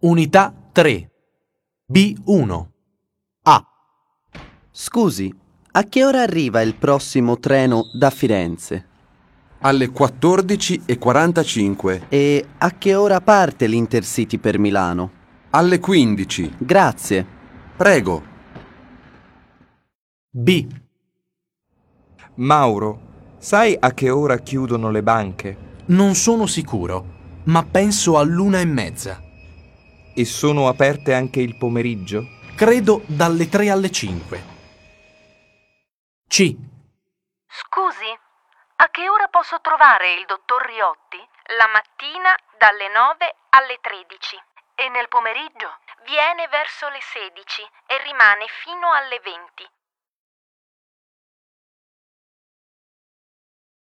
Unità 3. B1. A. Scusi, a che ora arriva il prossimo treno da Firenze? alle 14.45, E a che ora parte l'Intercity per Milano? alle 15. Grazie. Prego. B. Mauro, sai a che ora chiudono le banche? Non sono sicuro, ma penso all'una e mezza. E sono aperte anche il pomeriggio? Credo dalle 3 alle 5. C. Scusi, a che ora posso trovare il dottor Riotti? La mattina dalle 9 alle 13 e nel pomeriggio viene verso le 16 e rimane fino alle 20.